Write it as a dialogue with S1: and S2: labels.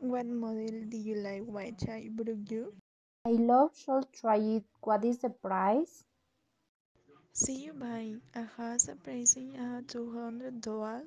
S1: What model do you like, which I brought you?
S2: I love shall try it. What is the price?
S1: See you buying a house appraising at $200.